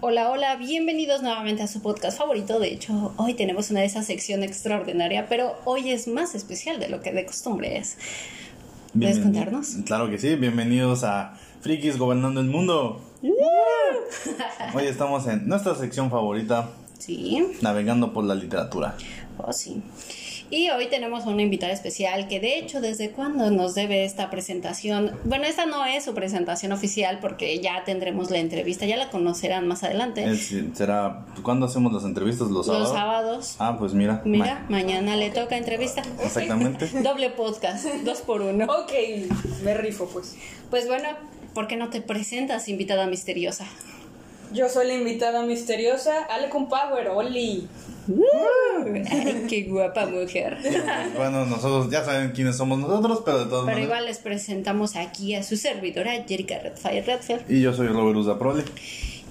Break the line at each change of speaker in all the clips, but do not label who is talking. Hola, hola, bienvenidos nuevamente a su podcast favorito. De hecho, hoy tenemos una de esas sección extraordinaria, pero hoy es más especial de lo que de costumbre es. ¿Puedes
Bienveni-
contarnos?
Claro que sí, bienvenidos a Frikis Gobernando el Mundo. Hoy estamos en nuestra sección favorita,
Sí,
navegando por la literatura.
oh sí. Y hoy tenemos a una invitada especial que de hecho desde cuándo nos debe esta presentación. Bueno, esta no es su presentación oficial porque ya tendremos la entrevista, ya la conocerán más adelante.
Es- será, ¿cuándo hacemos las entrevistas? ¿Los sábados?
Los sábados.
Ah, pues mira.
Mira, mañana le toca entrevista.
ma- Exactamente.
Doble podcast, dos por uno.
Ok, me rifo pues.
Pues bueno, ¿por qué no te presentas, invitada misteriosa?
Yo soy la invitada misteriosa, Ale con Power, Oli.
Ay, qué guapa mujer.
bueno, nosotros ya saben quiénes somos nosotros, pero de todas
Pero
maneras.
igual les presentamos aquí a su servidora, Jerica Redfire Redfield.
Y yo soy Robert Uzaproli.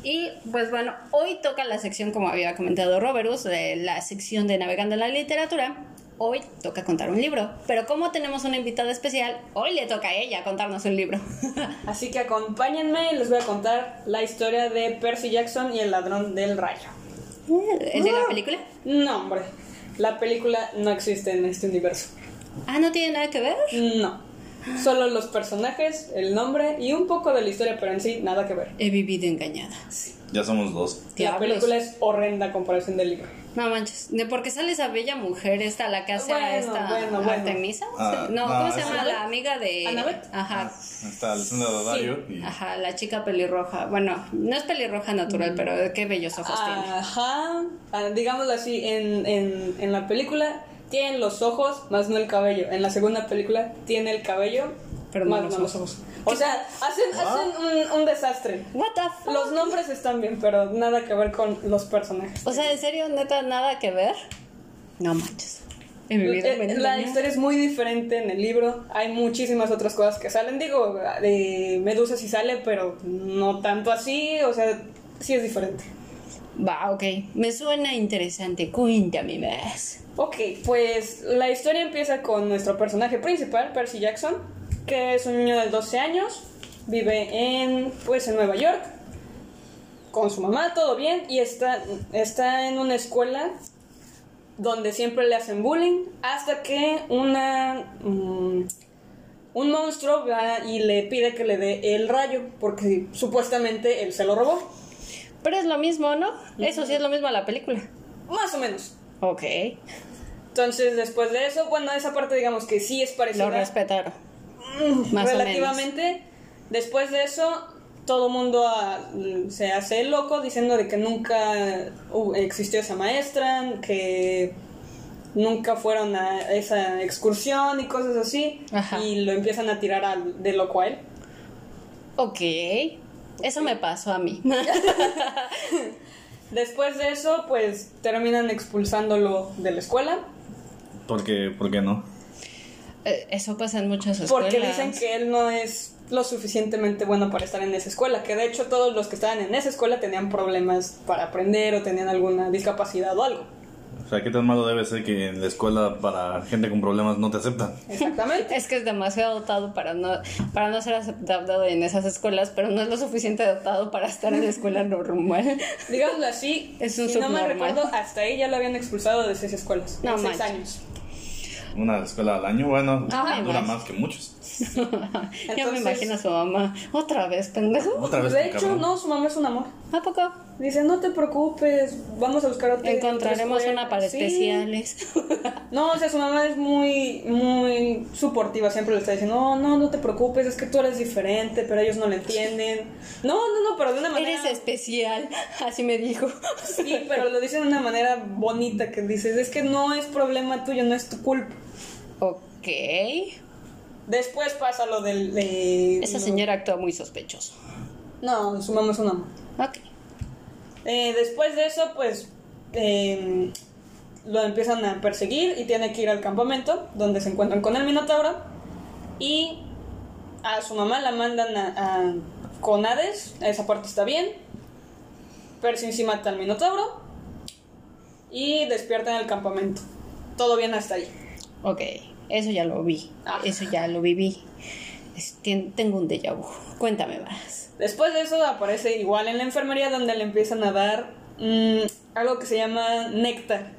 Y pues bueno, hoy toca la sección, como había comentado Roberus, de la sección de Navegando en la Literatura. Hoy toca contar un libro. Pero como tenemos una invitada especial, hoy le toca a ella contarnos un libro.
Así que acompáñenme y les voy a contar la historia de Percy Jackson y el ladrón del rayo.
¿Es de la película?
No, hombre, la película no existe en este universo.
Ah, no tiene nada que ver.
No. Solo los personajes, el nombre y un poco de la historia, pero en sí nada que ver.
He vivido engañada.
Ya somos dos.
La
Diablos.
película es horrenda a comparación del libro.
No manches, ¿de por qué sale esa bella mujer esta, la que hace a
Bueno,
esta
bueno, bueno.
Artemisa?
Ah,
no,
ah,
¿cómo se
es-
llama? La amiga de...
¿Annabeth?
Ajá.
Está Alessandra Daddario
Sí,
y
Ajá, la chica pelirroja. Bueno, no es pelirroja natural,
Mm.
pero qué bellos ojos tiene.
Ajá, ah, digámoslo así, en, en, en la película tienen los ojos, más no el cabello. En la segunda película tiene el cabello,
Pero no
más
los
no los ojos. O sea, hacen, hacen un, un desastre.
What the fuck?
Los nombres están bien, pero nada que ver con los personajes.
O sea, ¿en serio? ¿Neta nada que ver? No manches. En mi vida me
Eh, La historia es muy diferente en el libro. Hay muchísimas otras cosas que salen. Digo, de Medusa sí sale, pero no tanto así. O sea, sí es diferente.
Va, ok. Me suena interesante. Cuéntame más.
Ok, pues la historia empieza con nuestro personaje principal, Percy Jackson, que es un niño de 12 años, vive en, pues, en Nueva York, con su mamá, todo bien, y está, está en una escuela donde siempre le hacen bullying, hasta que una, mm, un monstruo va y le pide que le dé el rayo, porque supuestamente él se lo robó,
Pero es lo mismo, ¿no? Eso sí es lo mismo a la película.
más o menos.
Ok.
Entonces, después de eso, bueno, esa parte digamos que sí es parecida.
Lo respetaron.
Mm,
Más o
relativamente. Después de eso, todo el mundo ah, mm, se hace loco diciendo de que nunca hu- existió esa maestra, que nunca fueron a esa excursión y cosas así.
Ajá.
Y lo empiezan a tirar al- de loco a él.
Ok, eso me pasó a mí.
Después de eso, pues terminan expulsándolo de la escuela
¿Por qué, por qué no?
Eh, eso pasa en muchas escuelas.
porque dicen que él no es lo suficientemente bueno para estar en esa escuela, que de hecho todos los que estaban en esa escuela tenían problemas para aprender o tenían alguna discapacidad o algo.
O sea, ¿qué tan malo debe ser que en la escuela para gente con problemas no te aceptan?
Exactamente.
Es que es demasiado dotado para no, para no ser aceptado en esas escuelas, pero no es lo suficiente dotado para estar en la escuela normal.
Digámoslo así,
Es un
si no me
subnormal.
recuerdo, hasta ahí ya lo habían expulsado de seis escuelas.
No
en seis
manches.
años.
Una escuela al año, bueno,
Ay,
dura
más.
más que muchos.
Ya me
Entonces-
imagino a su mamá. Otra vez, pendejo.
Otra vez.
de
tu
hecho,
cabrón.
no, su mamá es un amor.
¿A poco?
Dice, no te preocupes, vamos a buscar otra
Encontraremos
otra escuela".
una para
pues, Sí.
especiales.
No, o sea, su mamá es muy, muy suportiva, siempre le está diciendo, no, no, no te preocupes, es que tú eres diferente, pero ellos no le entienden. No, no, no, pero de una manera...
Eres especial, así me dijo.
Sí, pero lo dicen de una manera bonita, que dices, es que no es problema tuyo, no es tu culpa.
Ok.
Después pasa lo del... eh, de-
Esa señora actúa muy sospechoso.
No, su mamá es un amor.
Ok.
Eh, después de eso, pues eh, lo empiezan a perseguir y tiene que ir al campamento donde se encuentran con el Minotauro. Y a su mamá la mandan a, a- con Hades, esa parte está bien. Percy sí mata al Minotauro y despiertan el campamento. Todo bien hasta ahí.
Ok, eso ya lo vi.
Ah.
Eso ya lo viví. Es que tengo un déjà vu. Cuéntame más.
Después de eso aparece igual en la enfermería donde le empiezan a dar mm, algo que se llama néctar,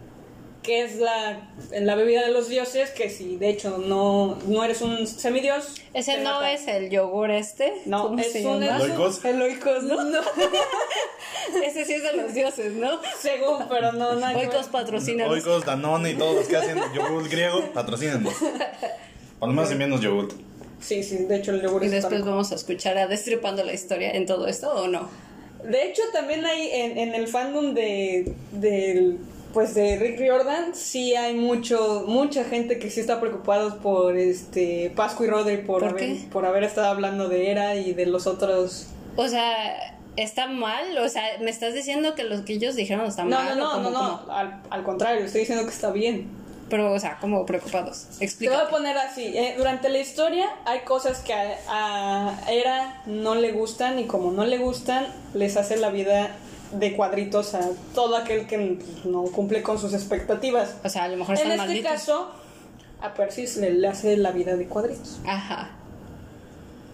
que es la, la bebida de los dioses, que si de hecho no, no eres un semidios...
Ese
te
no
mata.
es el yogur este.
No,
¿Cómo
es
se
un...
llama?
es un-
¿Loicos?
el loicos, ¿no? No,
Ese sí es de los dioses, ¿no?
según, pero no, nada que ver.
Oikos patrocina.
Oikos, Danone y todos los que hacen yogur griego, patrocínenos. Por lo menos envíenos yogur.
Sí, sí, de hecho el yogur
Y
es
después
histórico.
vamos a escuchar a Destripando la historia en todo esto, ¿o no?
De hecho, también hay en, en el fandom de, del- pues de Rick Riordan, sí hay mucho, mucha gente que sí está preocupados por este Pascu y Rodri por,
¿Por
haber,
qué?
por haber estado hablando de Era y de los otros.
O sea, ¿está mal? O sea, ¿me estás diciendo que lo que ellos dijeron está
No, no,
mal? ¿O
no,
cómo,
no, no,
cómo?
Al, al contrario, estoy diciendo que está bien.
Pero, o sea, como preocupados.
Te voy a
Explica.
poner así, eh, durante la historia hay cosas que a, a Era no le gustan y como no le gustan, les hace la vida de cuadritos a todo aquel que pues, no cumple con sus expectativas.
O sea, a lo mejor
En
están
este
malditos.
caso, a Percy se le hace la vida de cuadritos.
Ajá.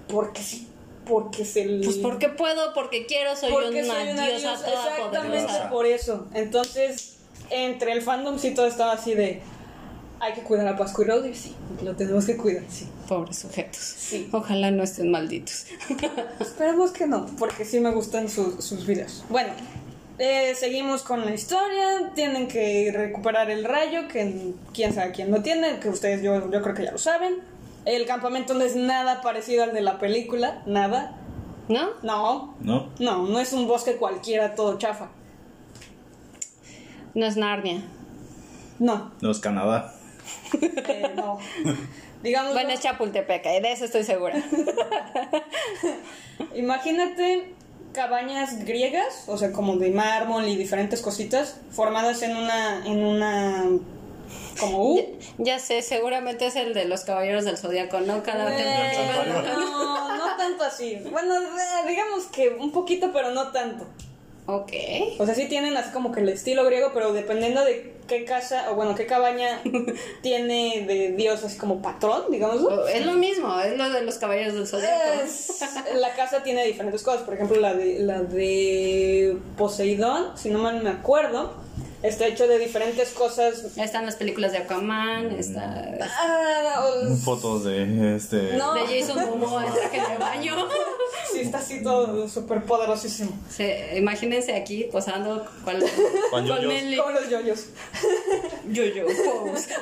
Porque sí, porque se le...
Pues porque puedo, porque quiero, soy
porque
una,
soy una
diosa,
diosa,
toda
Exactamente
poderosa.
por eso. Entonces, entre el fandomcito estaba así de... Hay que cuidar a Pascu y Rodri, sí. Lo tenemos que cuidar, sí.
Pobres sujetos.
Sí.
Ojalá no estén malditos.
Esperemos que no, porque sí me gustan su- sus videos. Bueno, eh, seguimos con la historia. Tienen que recuperar el rayo, que quién sabe quién lo tiene, que ustedes yo, yo creo que ya lo saben. El campamento no es nada parecido al de la película, nada.
¿No?
No,
¿No?
no, no es un bosque cualquiera todo chafa.
No es Narnia.
No,
No es Canadá.
eh, no. Digamos,
Bueno, es Chapultepec, eh, de eso estoy segura.
Imagínate cabañas griegas, o sea, como de mármol y diferentes cositas, formadas en una, en una, como U.
Ya, ya sé, seguramente es el de los caballeros del zodiaco, ¿no? Cada
Eh,
temporada.
no, no tanto así. Bueno, eh, digamos que un poquito, pero no tanto.
Ok.
O sea, sí tienen así como que el estilo griego, pero dependiendo de qué casa, o bueno, qué cabaña tiene de Dios así como patrón, digamos.
O- Es lo mismo, es lo de los caballeros del zodiaco.
Es- la casa tiene diferentes cosas. Por ejemplo, la de, la de Poseidón, si no mal me acuerdo, está hecho de diferentes cosas.
Están las películas de Aquaman, está.
Ah, o-
Fotos de este.
No.
De Jason Momoa, el traje de baño.
sí, está así todo súper poderosísimo.
Se- imagínense aquí posando con,
Con yoyos.
Meli.
Como los yoyos.
Yo-yo pose.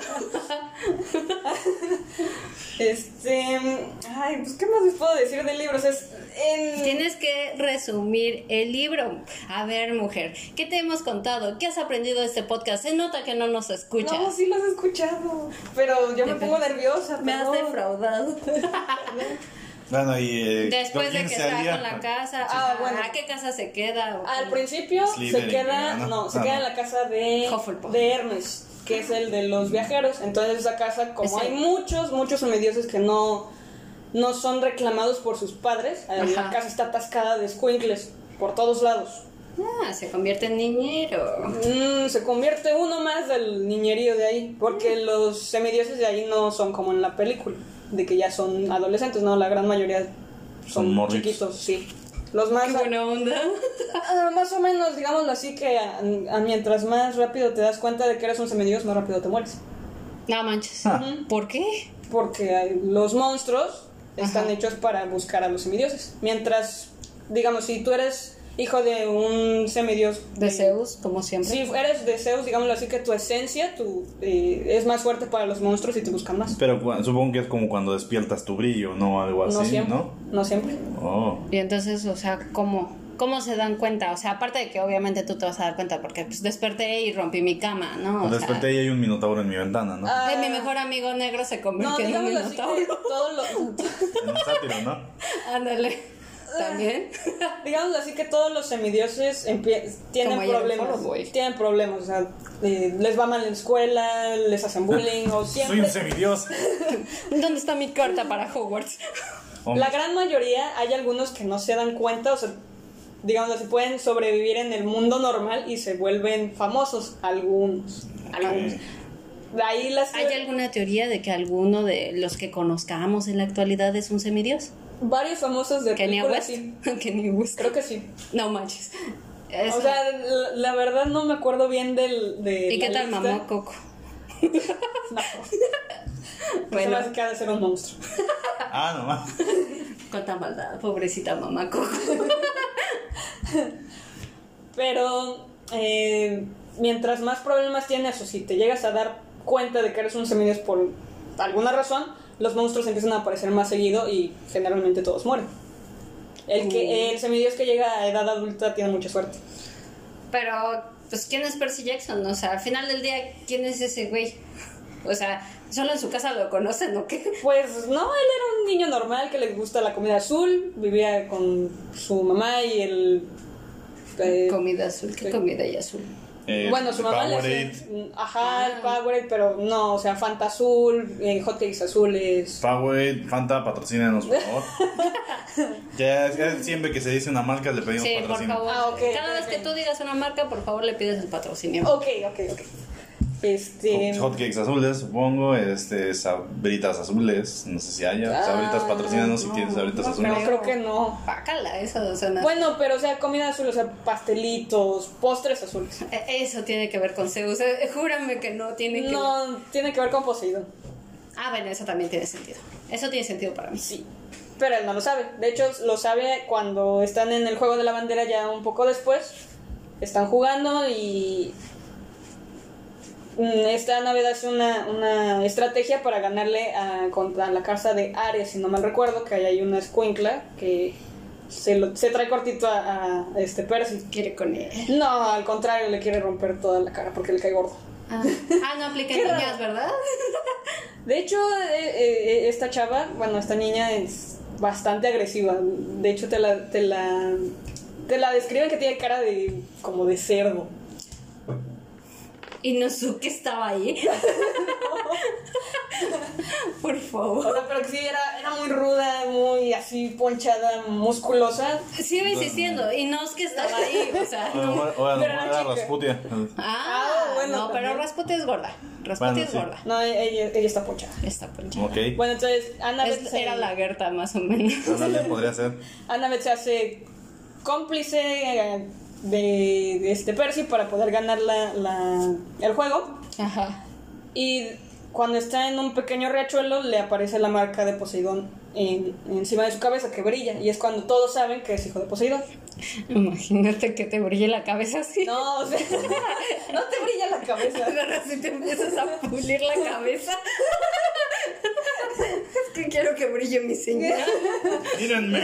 Este. Ay, pues, ¿qué más les puedo decir de libros? Es. en-
Tienes que resumir el libro. A ver, mujer, ¿qué te hemos contado? ¿Qué has aprendido de este podcast? Se nota que no nos escuchas.
No, sí los he escuchado. Pero yo me pongo nerviosa.
Me has
perdón.
defraudado.
Bueno, y. eh,
Después
¿con
de
quién
que
se
está
alía?
con la casa,
Ah,
ajá,
bueno.
¿a qué casa se queda? ¿O
Al
cómo?
principio se
Slytherin,
queda,
¿no?
no, se
Ah,
queda
no.
en la casa de,
Hufflepuff.
de Hermes, que es el de los viajeros. Entonces esa casa, como
Ese.
hay muchos, muchos semidioses que no, no son reclamados por sus padres, eh, la
Ajá.
casa está atascada de squinkles por todos lados.
Ah, se convierte en niñero.
Mm, se convierte uno más del niñerío de ahí, porque
Mm.
los semidioses de ahí no son como en la película, de que ya son adolescentes, no, la gran mayoría
Son
son,
morritos.
chiquitos, sí. Los más
Qué buena onda.
Ah, más o menos, digámoslo así, que a- a mientras más rápido te das cuenta de que eres un semidios, más rápido te mueres.
No manches.
Ah.
¿Por qué?
Porque hay- los monstruos están
Ajá.
hechos para buscar a los semidioses. Mientras, digamos, si tú eres hijo de un semidios...
De Zeus, como siempre.
Si eres de Zeus, digámoslo así, que tu esencia tu, eh, es más fuerte para los monstruos y te buscan más.
Pero cua- supongo que es como cuando despiertas tu brillo, ¿no? Algo así,
no siempre.
¿no?
no siempre.
Oh.
Y entonces, o sea, ¿cómo, ¿cómo se dan cuenta? O sea, aparte de que obviamente tú te vas a dar cuenta porque pues, desperté y rompí mi cama, ¿no? O sea,
Desperté y hay un minotauro en mi ventana, ¿no?
Ah.
de mi mejor amigo negro se
No,
convirtió en un
digámoslo así, que
minotauro.
todos los...
En un sátiro, ¿no?
Ándale.
Ah.
También.
Digamos así que todos los semidioses empie- tienen
Como ayer en
problemas.
Follow Boy.
Tienen problemas, o sea, eh, les va mal en la escuela, les hacen bullying o
Soy
siempre.
un semidios.
¿Dónde está mi carta para Hogwarts?
Oh,
La gran mayoría hay algunos que no se dan cuenta, o sea, digamos así, pueden sobrevivir en el mundo normal y se vuelven famosos algunos. Algunos.
eh,
Ahí las
¿Hay alguna teoría de que alguno de los que conozcamos en la actualidad es un semidios?
varios famosos de
Kanye
películas
West.
sí.
Kanye West.
Creo que sí.
No manches. Eso.
O sea, la, la verdad no me acuerdo bien del de
¿Y
la
qué tal
lista.
mamó Coco?
No.
Bueno.
Bueno, se me hace que ha de ser un monstruo.
Ah, nomás.
Con tan maldad, pobrecita mamá Coco.
Pero eh, mientras más problemas tienes o si te llegas a dar cuenta de que eres un semidios por alguna razón, los monstruos empiezan a aparecer más seguido y generalmente todos mueren. El, que, el semidios que llega a edad adulta tiene mucha suerte.
Pero, pues, ¿quién es Percy Jackson? O sea, al final del día, ¿quién es ese güey? O sea, solo en su casa lo conocen, ¿o qué?
Pues no, él era un niño normal que le gusta la comida azul, vivía con su mamá y el... eh,
Comida azul, ¿qué
Sí.
comida y azul?
Eh,
bueno, su mamá le
Powerade.
hacía... mm, Ajá, el Powerade, pero no, o sea, Fanta azul, eh, hotcakes azules.
Powerade, Fanta, patrocínanos, por favor. ya, es que siempre que se dice una marca le pedimos
Sí, por
patrocinio.
favor.
Ah, ok,
Cada
ok,
vez que
ok.
tú digas una marca, por favor, le pides el patrocinio.
Ok, ok, ok. Este...
Hotcakes azules, supongo, este, sabritas azules, no sé si haya,
Ah,
sabritas patrocínanos si
no,
tienes sabritas
no
azules.
No, creo que no.
Pácala, eso, o sea, no-
Bueno, pero o sea, comida azul, o sea, pastelitos, postres azules.
Eh, Eso tiene que ver con Zeus. eh, Júrame que no tiene que ver.
No, tiene que ver con Poseidón.
Ah, bueno, eso también tiene sentido. Eso tiene sentido para mí.
Sí. Pero él no lo sabe. De hecho, lo sabe cuando están en el juego de la bandera ya un poco después. Están jugando y... mm, Esta nave hace una, una estrategia para ganarle a, contra la casa de Ares, si no mal recuerdo, que ahí hay una escuincla que se, lo- se trae cortito a, a este Percy.
Quiere con él.
No, al contrario, le quiere romper toda la cara porque le cae gordo.
Ah, ah, no aplica en
Qué raro.
niñas, ¿verdad?
De hecho, eh, eh, esta chava, bueno, esta niña es bastante agresiva. De hecho, te la, te la, te la describen que tiene cara de como de cerdo.
Y Nosuke estaba ahí. Por favor.
O sea, pero que sí, era, era muy ruda, muy así ponchada, musculosa.
Sigo insistiendo. Y Nosuke estaba ahí. O sea.
O a lo mejor- o a lo
Pero
mejor
la
era
chica.
Rasputia.
Ah,
Ah, bueno,
bueno. No, pero
también.
Rasputia es gorda. Rasputia
Bueno,
es
sí.
gorda.
No, e- ella, ella está ponchada.
Está ponchada.
Ok.
Bueno, entonces, Annabeth,
Es-
se,
Era la Gerta, más o menos.
Ándale, podría ser.
Annabeth se hace cómplice eh, de, de este Percy para poder ganar la- la, el juego.
Ajá.
Y cuando está en un pequeño riachuelo, le aparece la marca de Poseidón en- encima de su cabeza que brilla. Y es cuando todos saben que es hijo de Poseidón.
Imagínate que te brille la cabeza así.
No, o sea, no te brilla la cabeza.
Ahora sí te empiezas a pulir la cabeza. es que quiero que brille mi señora.
Mírenme.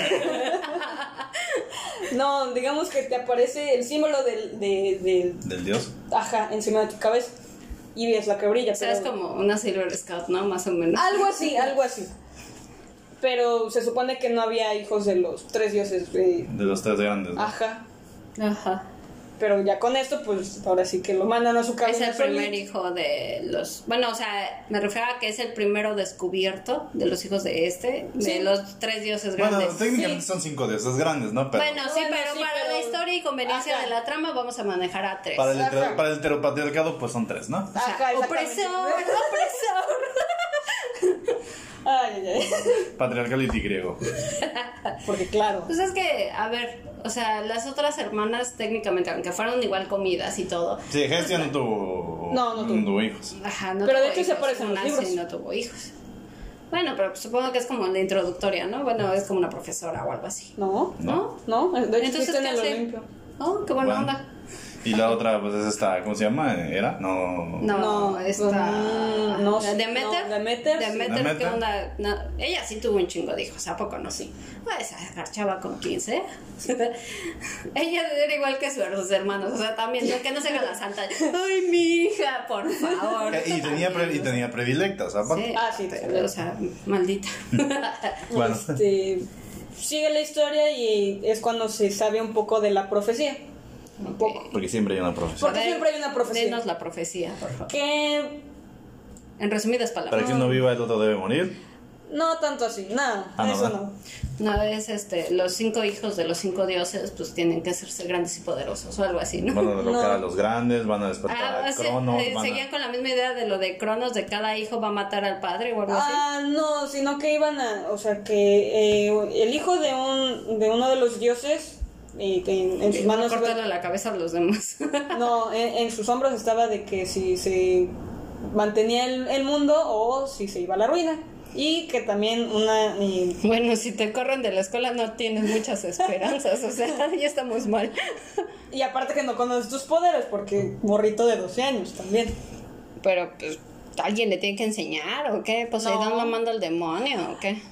No, digamos que te aparece el símbolo del, de, del
Del dios.
ajá encima de tu cabeza. Y es la que brilla.
O sea, es
pero-
como una Silver Scout, ¿no? Más o menos.
Algo así, algo así. Pero se supone que no había hijos de los tres dioses. eh,
De los tres grandes.
Ah,
¿no?
Ajá.
Ajá.
Pero ya con esto, pues ahora sí que lo mandan a su
Es
cabeza.
el primer hijo de los. Bueno, o sea, me refiero a que es el primero descubierto de los hijos de este, de
Sí.
los tres dioses
Bueno,
grandes. Bueno,
técnicamente
Sí.
son cinco dioses grandes, ¿no? Pero
sí,
Bueno,
pero
sí,
para
pero-
la historia y conveniencia
Ajá.
de la trama vamos a manejar a tres.
para, el
Ajá.
hetero- para el heteropatriarcado, pues son tres, ¿no?
O sea,
Ajá, exactamente.
opresor, opresor.
Ay, ay, ay.
Patriarcal y griego.
Porque claro.
Pues es que, a ver, o sea, las otras hermanas técnicamente, aunque fueron igual comidas y todo.
Sí, Hestia no tuvo,
No, no tuvo.
hijos.
Ajá, no
Pero de
tuvo
hecho se
hijos,
aparecen los
nace
libros.
y no tuvo hijos. Bueno, pero supongo que es como la introductoria, ¿no? Bueno, es como una profesora o algo así.
No,
¿No?
no, de hecho
Entonces,
existe en
¿qué
el
hace?
Olimpio.
Oh, qué buena
Bueno.
onda.
Y la otra, pues es esta, ¿cómo se llama? ¿Era? No.
No,
No,
esta. ah,
mm, no,
Demeter.
no, Demeter, sí.
Demeter, ¿qué
Demeter.
onda? No, ella sí tuvo un chingo de hijos, ¿a poco no? Sí. Pues agarchaba con 15. ella era igual que sus hermanos, o sea, también, no, que no se haga la santa. Ay, mi hija, por favor.
Que- Eh, Y tenía, pre- y tenía predilectas, aparte.
Sí,
Ah, sí,
pero, o sea, maldita.
Bueno.
Este, sigue la historia y es cuando se sabe un poco de la profecía. Un poco.
Porque siempre hay una profesión.
Porque siempre hay una profecía.
Denos la profecía, por favor.
Que
En resumidas palabras.
Para quien no viva, el otro debe morir.
No tanto así, nada,
Ah, no,
eso
¿verdad?
no.
Una vez este, los cinco hijos de los cinco dioses pues tienen que hacerse grandes y poderosos o algo así, ¿no?
Van a derrocar
No.
a los grandes, van a despertar
Ah,
a
o sea,
Cronos.
eh,
van a-
seguían con la misma idea de lo de Cronos, de cada hijo va a matar al padre o algo así.
Ah, no, sino que iban a, o sea, que eh, el hijo de un de uno de los dioses eh, que en, en sus
Van a
manos iba-
cortarle la cabeza a los demás.
no, en, en sus hombros estaba de que si se mantenía el, el mundo o si se iba a la ruina y que también una eh,
bueno, si te corren de la escuela no tienes muchas esperanzas, o sea, ya estamos mal.
y aparte que no conoces tus poderes porque morrito de 12 años también.
Pero pues alguien le tiene que enseñar o qué, Pues Poseidón
No.
lo manda al demonio o qué.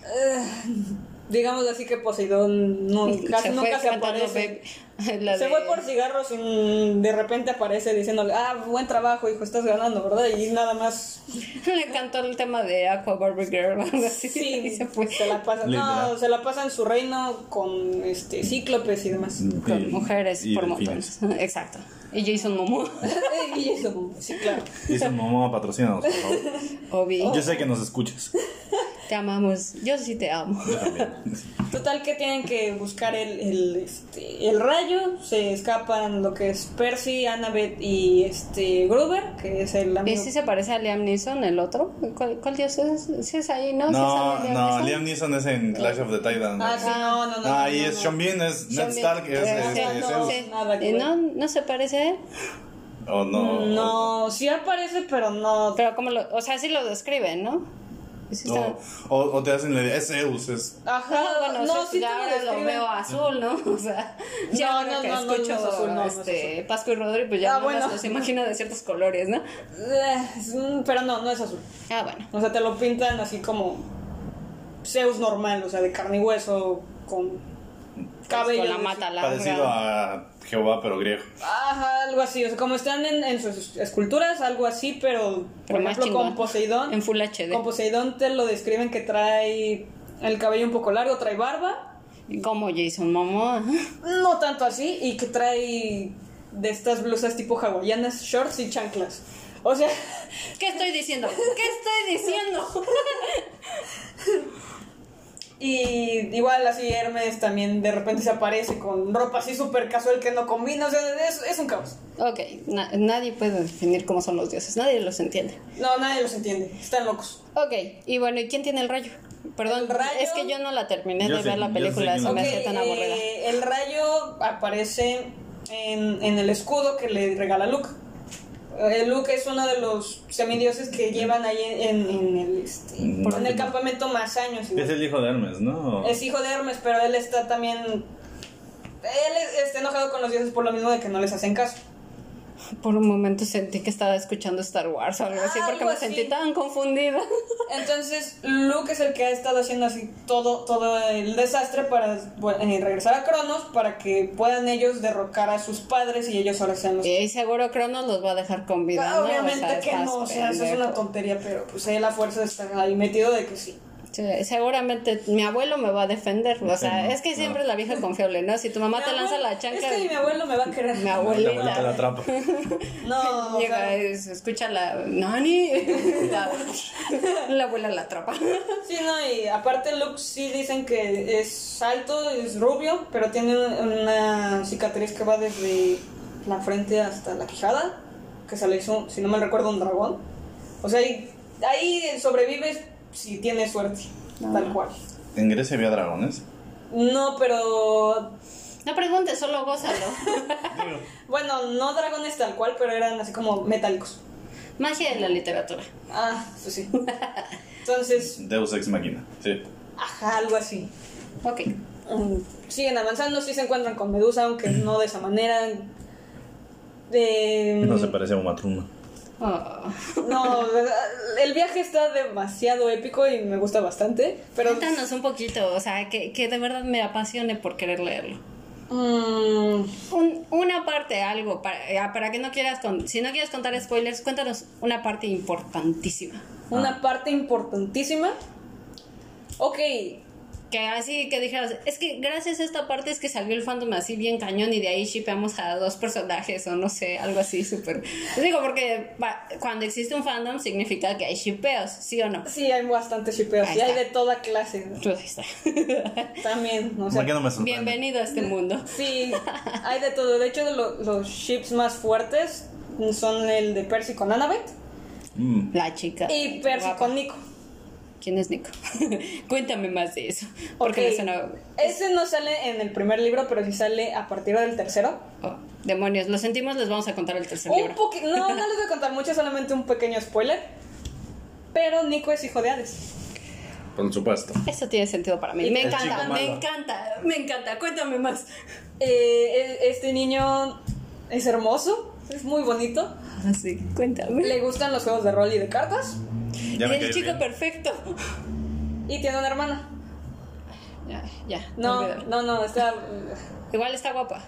Digamos así que Poseidón no, casi
fue
nunca se
cantando
aparece.
Baby. La
Se
de-
fue por cigarros y mm, de repente aparece diciéndole, ah, buen trabajo, hijo, estás ganando, ¿verdad? Y nada más.
Le cantó el tema de Aqua Barbie Girl o algo así. y se fue.
la pasa.
Literal.
No, se la pasa en su reino con este cíclopes y demás.
Con
Y-
mujeres
y
por
delfines.
montones. Exacto. Y Jason Momoa.
y eso, sí, claro.
Y su mamá patrocínanos, por favor.
Obi,
Yo sé que nos escuchas.
te amamos. Yo sí te amo.
Yo también.
Total que tienen que buscar el, el, este, el rayo, se escapan lo que es Percy, Annabeth y este Gruber, que es el
¿Y
amigo.
si se parece a Liam Neeson, el otro? ¿Cuál, cuál dios es? ¿Sí es ahí, no? ¿Sí
No,
es ahí
no, Liam Neeson es en Clash of the Titans.
Ah, sí, no, no, no.
Ah,
no,
ahí
no,
es
no.
Sean Bean, es Ned
Sean
Stark, es,
Bean.
es- es
no.
Zeus.
Sí.
nada que
¿Y
ver.
no, no se parece a él?
O no.
No, sí aparece, pero no.
Pero como lo... O sea, sí lo describen, ¿no? Y sí está-
O, o- o te hacen la idea, es Zeus, es.
Ajá,
Ah, bueno,
no,
sí,
sí te
ya
lo
ahora lo
describen.
veo azul, ¿no? O sea, ya
No,
ahora
no,
que
no, no, no es
escucho
azul, no, no es
este, Pascu y Rodri, pues ya
Ah,
nada más
bueno.
los imagino de ciertos colores, ¿no?
Eh, es un- Pero no, no es azul.
Ah, bueno.
O sea, te lo pintan así como Zeus normal, o sea, de carne y hueso, con cabello.
Pues Con la
así.
mata larga.
Parecido a Jehová, pero griego.
Ajá, algo así. O sea, como están en, en sus esculturas, algo así, pero, por
Pero más
ejemplo,
chingón.
con Poseidón.
En Full HD.
Con Poseidón te lo describen que trae el cabello un poco largo, trae barba.
Como Jason Momoa.
No tanto así, y que trae de estas blusas tipo hawaianas, shorts y chanclas. O sea,
¿Qué estoy diciendo? ¿Qué estoy diciendo?
Y igual así Hermes también de repente se aparece con ropa así súper casual que no combina, o sea, es, es un caos.
Ok, na- nadie puede definir cómo son los dioses, nadie los entiende.
No, nadie los entiende, están locos.
Ok, y bueno, ¿y quién tiene el rayo? Perdón,
El rayo-
es que yo no la terminé
Yo
de
sé,
ver la
yo
película,
sé
se
quién
me
la-
hacía tan
Ok,
aburrida.
eh, el rayo aparece en, en el escudo que le regala Luke. Eh, Luke es uno de los semidioses que llevan ahí en, en el, este,
Mm.
en el campamento más años.
Es el hijo de Hermes, ¿no?
Es hijo de Hermes, pero él está también... Él es- está enojado con los dioses por lo mismo de que no les hacen caso.
Por un momento sentí que estaba escuchando Star Wars o algo así,
Ah,
porque
algo
me sentí
así.
tan confundida.
Entonces, Luke es el que ha estado haciendo así todo, todo el desastre para bueno, eh, regresar a Cronos para que puedan ellos derrocar a sus padres y ellos ahora sean los.
Y seguro Cronos los va a dejar con vida.
Ah,
¿no? O
obviamente
sea,
que
estás
no, o sea, eso es
pendejo.
una tontería, pero pues ahí la fuerza está ahí metido de que sí.
Sí, seguramente mi abuelo me va a defender. O sea,
Sí, ¿no?
es que siempre
No.
es la vieja confiable, ¿no? Si tu mamá
Mi
te lanza
abuelo-
la chanca.
Es que mi abuelo me va a querer.
Mi
No,
abuelita.
La abuelita la atrapa.
No, o
Llega,
sea,
es- escucha la nani, la, la abuela la atrapa.
sí, no, y aparte Luke sí dicen que es alto, es rubio, pero tiene una cicatriz que va desde la frente hasta la quijada, que se le hizo, si no mal recuerdo, un dragón. O sea, y- ahí sobrevives si tienes suerte, tal cual.
En Grecia había dragones.
No, pero...
No preguntes, solo gózalo.
Bueno, no dragones tal cual, pero eran así como metálicos.
Magia de la literatura.
Ah, pues sí. Entonces,
Deus ex machina. Sí.
ajá, algo así.
Ok.
Mm, siguen avanzando, sí se encuentran con Medusa, aunque no de esa manera. Eh,
No se parece a Uma Thurman.
Oh.
no, el viaje está demasiado épico y me gusta bastante, pero...
Cuéntanos un poquito, o sea, que, que de verdad me apasione por querer leerlo.
Mm,
Un- una parte, algo, para, eh, para que no quieras, con, si no quieres contar spoilers, cuéntanos una parte
Ah.
importantísima.
una parte importantísima. Ok,
que así que dijeras, es que gracias a esta parte es que salió el fandom así bien cañón y de ahí shipeamos a dos personajes o no sé, algo así súper. Les digo, porque va- cuando existe un fandom significa que hay shipeos, ¿sí o no?
Sí, hay bastantes shipeos
Ahí
y hay
está.
de toda clase. ¿no?
Pues ahí está.
También, no sé.
¿Por qué no me sorprende?
Bienvenido a este mundo.
Sí, hay de todo. De hecho, lo- los ships más fuertes son el de Percy con Annabeth
Mm.
La chica.
y Percy
guapa.
con Nico.
¿Quién es Nico? Cuéntame más de eso. Porque
Ok.
me suena-
Ese no sale en el primer libro, pero sí sale a partir del tercero.
oh, demonios, lo sentimos, les vamos a contar el tercer
Un
libro.
poqui- no, no les voy a contar mucho, solamente un pequeño spoiler. Pero Nico es hijo de Hades.
Por supuesto.
Eso tiene sentido para mí.
Y
Me
el
encanta,
chico
me
malo.
encanta, me encanta. Cuéntame más.
Eh, e- este niño es hermoso, es muy bonito.
Así, cuéntame.
Le gustan los juegos de rol y de cartas.
Ya me
y el
caí
chico
bien.
perfecto.
Y tiene una hermana.
Ya, ya.
No,
olvídalo.
no, no, está.
Igual está guapa.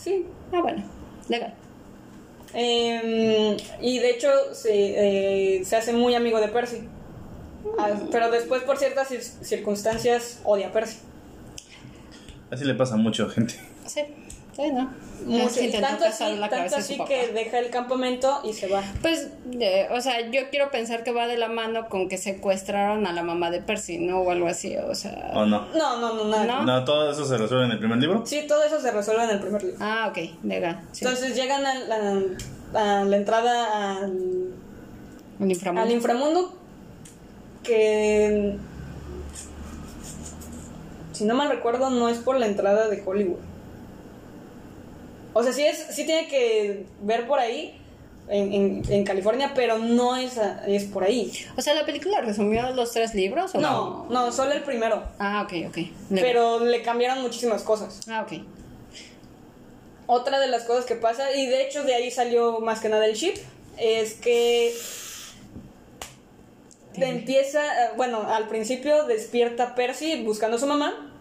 Sí,
Ah, bueno. Legal.
Eh, y de hecho se, eh, se hace muy amigo de Percy. Ah, Pero después por ciertas cir- circunstancias odia a Percy.
Así le pasa a mucha gente.
Sí. Sí, no. Es que
Mucho. Y
intentó
tanto así,
casar la
tanto
cabeza de su
así
papá.
que deja el campamento y se va.
Pues, eh, o sea, yo quiero pensar que va de la mano con que secuestraron a la mamá de Percy, ¿no? O algo así, o sea...
¿O no?
No, no, no, nada.
¿No?
No, todo eso se resuelve en el primer libro.
Sí, todo eso se resuelve en el primer libro.
Ah, ok, legal. Sí.
Entonces llegan a la, a la entrada al,
El inframundo.
al inframundo que... Si no mal recuerdo, no es por la entrada de Hollywood. O sea, sí, es, sí tiene que ver por ahí, en, en- en California, pero no es, a- es por ahí.
O sea, ¿la película resumió los tres libros o
No, no, solo el primero.
Ah, ok, ok. legal.
Pero le cambiaron muchísimas cosas.
Ah, ok.
Otra de las cosas que pasa, y de hecho de ahí salió más que nada el chip, es que empieza, eh, bueno, al principio despierta Percy buscando a su mamá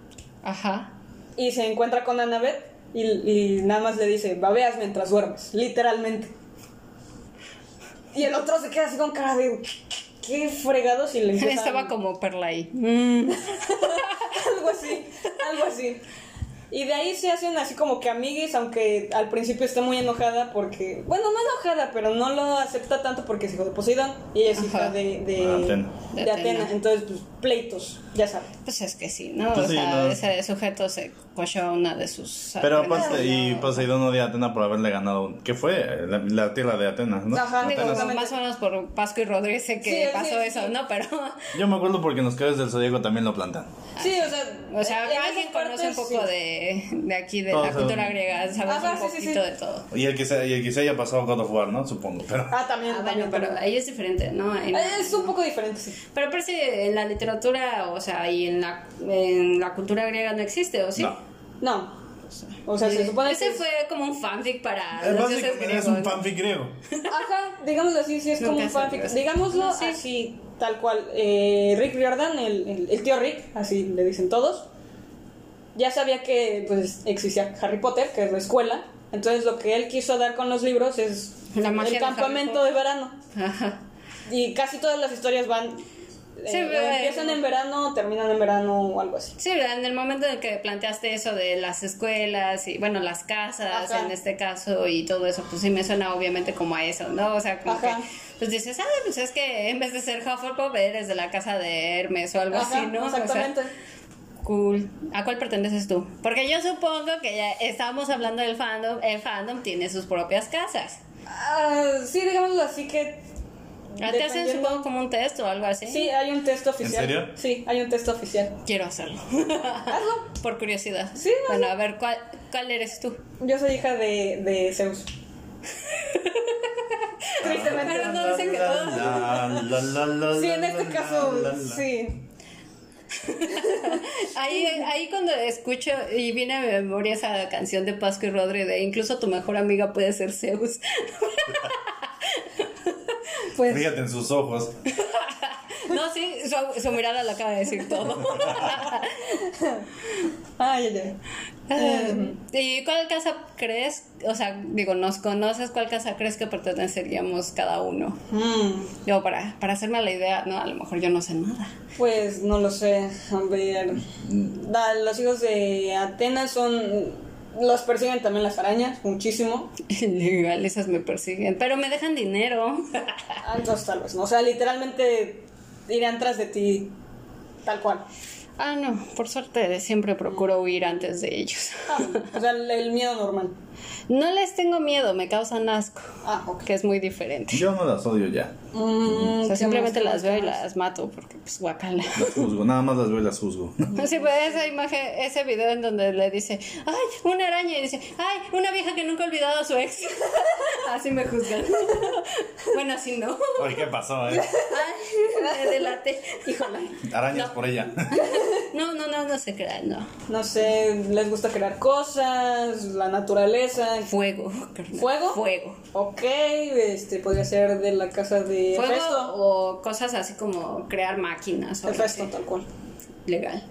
Ajá.
y se encuentra con Annabeth y, y nada más le dice, babeas mientras duermes, literalmente. Y el otro se queda así con cara de, qué fregados y le empieza
Estaba como Perla ahí. Mm.
algo así, algo así. Y de ahí se hacen así como que amiguis, aunque al principio está muy enojada porque, bueno, no enojada, pero no lo acepta tanto porque es hijo de Poseidón y ella es hija
Ajá.
de, de,
Atena.
de
De
Atena.
Atena.
Entonces, pues, pleitos, ya sabes.
Pues es que sí, ¿no?
Pues
o
sí,
sea,
no.
ese sujeto se cochó a una de sus...
Pero
aprendices,
aparte, y
¿no?
Poseidón odia a Atena por haberle ganado. ¿Qué fue? La, la tierra de Atenas, ¿no?
Ajá, digo,
Atenas.
Digo, más o menos por Pasco y Rodríguez sé que
Sí, sí,
pasó
sí.
eso, ¿no? Pero,
Yo me acuerdo porque en los caballos del Zodíaco también lo plantan.
Sí, o sea,
Ah, o sea,
en esas
alguien conoce un
partes,
poco
sí.
de, de aquí, de
Todo
la
eso.
cultura griega, sabes
Ajá,
un
sí, sí,
poquito
sí.
de todo.
Y el que se, y el que se haya pasado God of War, ¿no? Supongo. Pero
Ah, también,
Ah, bueno,
también,
pero
también.
ahí es diferente, ¿no? Ahí no-
Es un poco diferente, sí.
Pero parece en la literatura, o sea, y en la, en la cultura griega no existe, ¿o sí?
no.
No. O sea, se supone
Ese
que...
fue como un fanfic para
Es
los
básicamente
dioses griegos.
es un
¿no?
fanfic griego.
Ajá, digámoslo así, sí es como
Nunca
un
se
fanfic.
regresa.
Digámoslo
No, sí.
así, tal cual. Eh, Rick Riordan, el, el- el tío Rick, así le dicen todos, ya sabía que pues, existía Harry Potter, que es la escuela. Entonces lo que él quiso dar con los libros es
La magia
el
de Harry
campamento de
Potter.
verano.
Ajá.
Y casi todas las historias van... eh,
Sí, pero,
empiezan
eh,
en verano, terminan en verano o algo así.
Sí, ¿verdad? en el momento en que planteaste eso de las escuelas y, bueno, las casas
Ajá.
en este caso y todo eso, pues sí me suena obviamente como a eso, ¿no? O sea, como
Ajá.
que, pues dices, ah, pues es que en vez de ser Hufflepuff eres de la casa de Hermes o algo
Ajá,
así, ¿no? O sea,
Exactamente.
Cool. ¿A cuál perteneces tú? Porque yo supongo que ya estábamos hablando del fandom. El fandom tiene sus propias casas.
Ah, sí, digámoslo así que...
Ah, Te hacen,
dependiendo-
supongo, como un test o algo así.
Sí, hay un texto oficial.
serio?
Sí, hay un texto oficial.
Quiero hacerlo.
Hazlo.
Por curiosidad.
Sí,
Bueno, a ver, ¿cuál, cuál eres tú?
Yo soy hija de, de Zeus. Tristemente.
Pero no dicen que todos.
todos.
Sí, en este caso, sí.
Ahí, ahí cuando escucho y viene a mi memoria esa canción de Pasco y Rodri de incluso tu mejor amiga puede ser Zeus.
Pues,
Fíjate en sus ojos.
No, No, sí, su, su mirada lo acaba de decir todo.
Ay, ay, ay.
¿Y cuál casa crees? O sea, digo, nos conoces, ¿cuál casa crees que perteneceríamos cada uno?
Mm,
Yo, para, para hacerme la idea, no, a lo mejor yo no sé nada.
pues no lo sé. A ver. Da, los hijos de Atenas son. Los persiguen también las arañas, muchísimo.
Igual esas me persiguen, pero me dejan dinero.
Ah, Entonces, tal vez, ¿no? O sea, literalmente irán tras de ti tal cual.
Ah, no, por suerte siempre procuro huir antes de ellos.
Ah, o sea, el, el miedo normal.
No les tengo miedo, me causan asco,
Ah, ok.
que es muy diferente.
Yo no las odio ya.
Mm,
O sea,
¿qué
simplemente
más?
las veo y las mato porque pues guacala.
Las juzgo, nada más las veo y las juzgo.
Sí, pero esa imagen, ese video en donde le dice, ay, una araña, y dice, ay, una vieja que nunca ha olvidado a su ex. Así me juzgan. Bueno, así no.
Oye, ¿qué pasó, eh?
Ay, me delaté. Híjole.
Arañas por ella.
No, no, no, no se crean, no.
No sé, les gusta crear cosas, la naturaleza.
Fuego. carnal.
¿Fuego?
Fuego.
Ok, este podría ser de la casa de
Fuego
Festo.
o cosas así como crear máquinas o
El
algo
resto,
así.
tal cual.
Legal.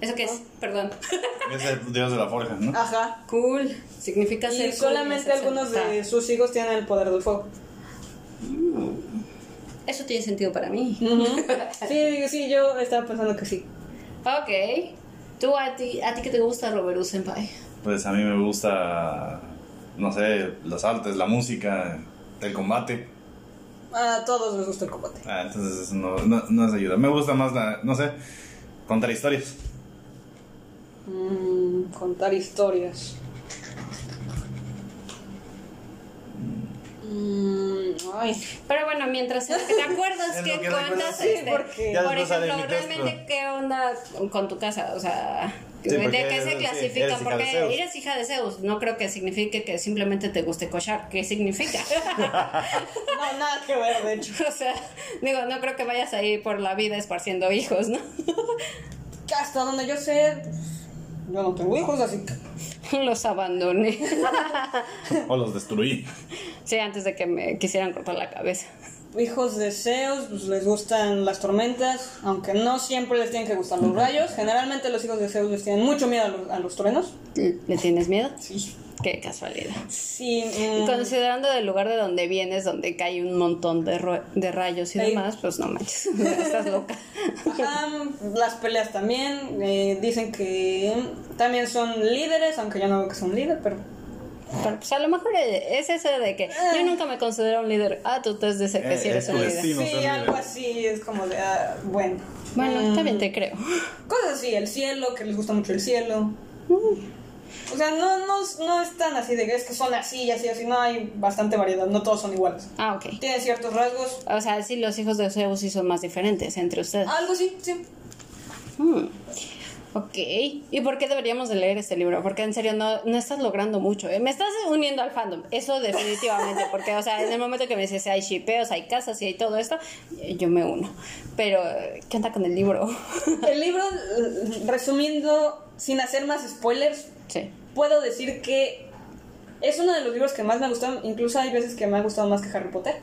¿Eso qué es? Perdón.
Es el dios de la forja, ¿no?
Ajá.
Cool. Significa ser
Y
cool
solamente
hacerse
algunos
notar.
de sus hijos tienen el poder del fuego.
Eso tiene sentido para mí.
Sí, sí, yo estaba pensando que sí.
Ok. ¿Tú a ti, a ti qué te gusta Roberto Senpai?
Pues a mí me gusta, no sé, las artes, la música, el combate.
A todos les gusta el combate.
Ah, entonces no, no, no es ayuda. Me gusta más la, no sé, contar historias.
Mm, contar historias. Mm, ay.
Pero bueno, mientras en lo que te acuerdas
En
que
lo que
cuentas,
recuerdas,
sí,
este,
porque-
Ya
por
después sale
ejemplo,
mi texto.
realmente qué onda con tu casa, o sea,
Sí,
de
porque
qué se
eres-
clasifica,
eres hija de Zeus.
porque eres hija de Zeus, no creo que signifique que simplemente te guste cochar, ¿qué significa?
No, nada que ver, de hecho.
o sea, digo, no creo que vayas ahí por la vida esparciendo hijos, ¿no?
Hasta donde yo sé, pues, yo no tengo hijos, así que.
Los abandoné,
O los destruí.
sí, antes de que me quisieran cortar la cabeza.
Hijos de Zeus, pues les gustan las tormentas, aunque no siempre les tienen que gustar los rayos. Generalmente los hijos de Zeus les tienen mucho miedo a los, a los truenos.
¿Le tienes miedo?
Sí.
Qué casualidad.
Sí, mm,
Considerando del lugar de donde vienes, donde cae un montón de, ro- de rayos y
Ey.
demás, pues no manches, estás loca.
ajá, las peleas también. eh, dicen que también son líderes, aunque yo no veo que son líderes, pero.
Pero pues a lo mejor es eso de que yo nunca me considero un líder. Ah, tú te has de ser que
Eh,
sí eres
es
un
tu
líder.
destino. Sí, no son
sí, algo
líderes.
así es como de. ah, bueno.
Bueno,
Mm,
también te creo.
Cosas así, el cielo, que les gusta mucho el cielo. O sea, no, no, no es tan así de que es que son así y así, así. No, hay bastante variedad, no todos son iguales.
Ah, ok.
Tienen ciertos rasgos.
O sea, sí, los hijos de Zeus sí son más diferentes entre ustedes.
Algo sí, sí.
Hmm. Ok. ¿Y por qué deberíamos de leer este libro? Porque en serio no, no estás logrando mucho. ¿eh? Me estás uniendo al fandom. Eso definitivamente. Porque, o sea, en el momento que me dices hay shipeos, hay casas y hay todo esto, eh, yo me uno. Pero, ¿qué onda con el libro?
El libro, eh, resumiendo, sin hacer más spoilers,
sí.
puedo decir que es uno de los libros que más me ha gustado. Incluso hay veces que me ha gustado más que Harry Potter.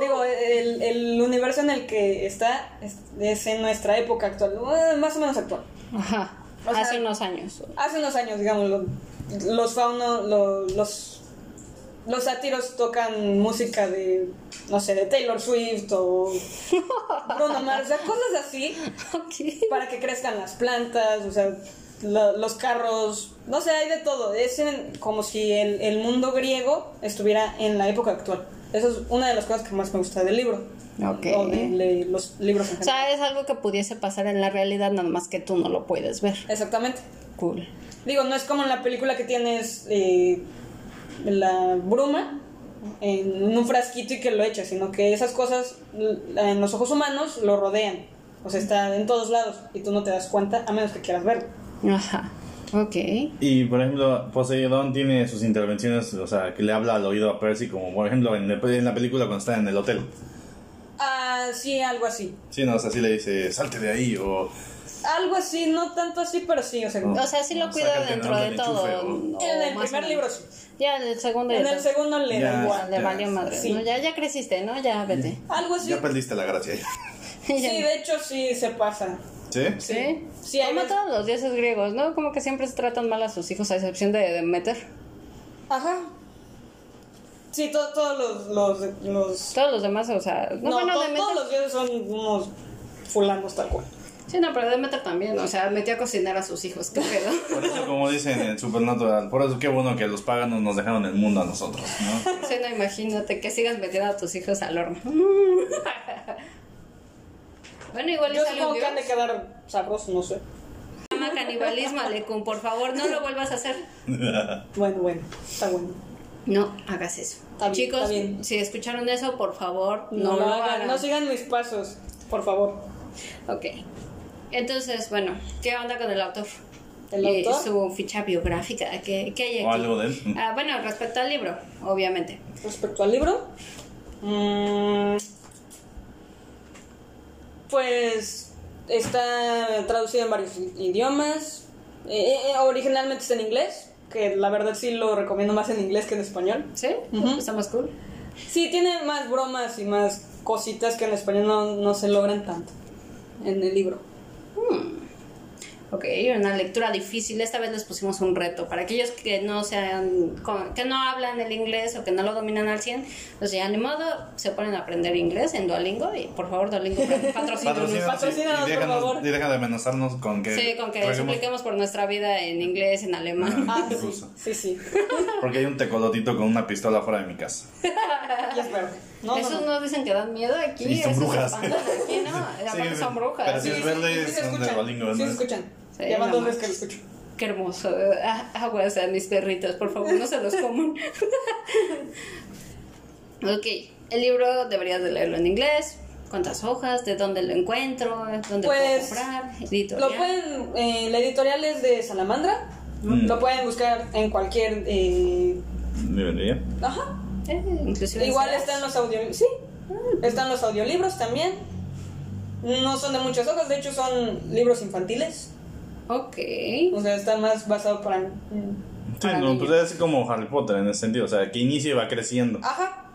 Digo, el, el universo en el que está es, es en nuestra época actual, eh, más o menos actual.
Ajá.
O sea-
Hace unos años.
Hace unos años, digamos, lo- los faunos, los, los sátiros tocan música de, no sé, de Taylor Swift o Bruno Mars, o sea, cosas así
Ok.
para que crezcan las plantas, o sea, lo- los carros, no sé, hay de todo. Es en- como si el, el mundo griego estuviera en la época actual. Eso es una de las cosas que más me gusta del libro.
Ok.
O de le- los libros en
O
general.
sea, es algo que pudiese pasar en la realidad, nada más que tú no lo puedes ver.
Exactamente.
Cool.
Digo, no es como en la película que tienes eh, la bruma en un frasquito y que lo echas, sino que esas cosas l- en los ojos humanos lo rodean. O sea, está en todos lados y tú no te das cuenta a menos que quieras verlo.
Ajá. Ok.
Y por ejemplo, Poseidón tiene sus intervenciones, o sea, que le habla al oído a Percy, como por ejemplo en, el- en la película cuando está en el hotel.
Ah, sí, algo así.
Sí, no, o sea, sí le dice, salte de ahí, o
Algo así, no tanto así, pero sí, o sea,
Oh.
O sea, sí lo
O sea,
cuida
que te
dentro
dan
de
el
todo.
enchufe,
o
en el
más o
primer
menos.
libro sí.
Ya, en el segundo ya
En el
te-
segundo le
Ya.
da
Igual,
igual.
le
Ya,
valió madre.
sí.
¿no? Ya, ya creciste, ¿no? Ya vete.
Algo así.
Ya perdiste la gracia.
Ya.
Sí, de hecho sí se pasa.
¿Sí?
¿Sí?
Sí, hay
Como
veces-
todos los dioses griegos, ¿no? Como que siempre se tratan mal a sus hijos, a excepción de Demeter.
Ajá. Sí, to- todos los, los, los...
Todos los demás, o sea... No,
No,
bueno,
to-
Demeter...
todos los dioses son unos fulanos tal cual.
Sí, no, pero Demeter también, o sea, metió a cocinar a sus hijos, qué pedo.
Por eso, como dicen en Supernatural, por eso qué bueno que los paganos nos dejaron el mundo a nosotros, ¿no?
sí, no, imagínate que sigas metiendo a tus hijos al horno. bueno, igual
Yo
es algo
supongo que han de quedar sabrosos, no sé.
Llama canibalismo, Alecum, por favor, no lo vuelvas a hacer.
Bueno, bueno, está bueno.
No hagas eso.
Está bien,
Chicos,
está bien.
si escucharon eso, por favor, no,
No,
lo
lo hagan,
hagan.
no sigan mis pasos, por favor.
Ok. Entonces, bueno, ¿qué onda con el autor?
¿El
Y
autor?
su ficha biográfica, ¿qué, qué hay aquí?
O algo de él.
Ah, bueno, respecto al libro, obviamente.
Respecto al libro, mm, pues está traducido en varios idiomas. Eh, eh, originalmente está en inglés, que la verdad sí lo recomiendo más en inglés que en español.
¿Sí? Pues,
Ujú.
Está más cool.
Sí, tiene más bromas y más cositas que en español no, no se logran tanto en el libro.
Ok, una lectura difícil. Esta vez les pusimos un reto. Para aquellos que no sean, con- que no hablan el inglés o que no lo dominan al 100, pues ya ni modo, se ponen a aprender inglés en Duolingo. Y por favor, Duolingo, patrocínanos.
Patrocínanos,
patrocínanos,
y, y
por
déjanos,
favor.
y deja de amenazarnos con que.
Sí, con que
traigamos-
supliquemos por nuestra vida en inglés, en alemán.
Ah, sí,
Ruso.
sí, sí.
Porque hay un tecolotito con una pistola fuera de mi casa.
Ya espero. No, no,
Esos
no.
no. dicen que dan miedo aquí.
Y son
esos
brujas.
espantan Aquí, ¿no? Aparte
Sí,
son
pero
brujas.
sí. si es verde,
sí,
es
se
un
escuchan.
Duolingo, ¿no?
Sí, se escuchan.
Sí,
ya van
no
dos
más.
veces que lo escucho.
Qué hermoso. Ah, Aguas a mis perritos, por favor, no se los coman. ok, el libro deberías de leerlo en inglés. ¿Cuántas hojas? ¿De dónde lo encuentro? ¿Dónde
Pues,
puedo comprar? Editorial.
Lo pueden, eh, la editorial es de Salamandra.
Mm.
Lo pueden buscar en cualquier. eh,
¿Me vendría?
ajá.
Eh, inclusive
Igual
será.
están los audio. Sí. Están los audiolibros también. No son de muchas hojas, de hecho son libros infantiles.
Ok.
O sea, están más basados para. mm,
Sí,
Para
no,
niños.
pues es como Harry Potter en ese sentido, o sea, que inicia y va creciendo.
Ajá.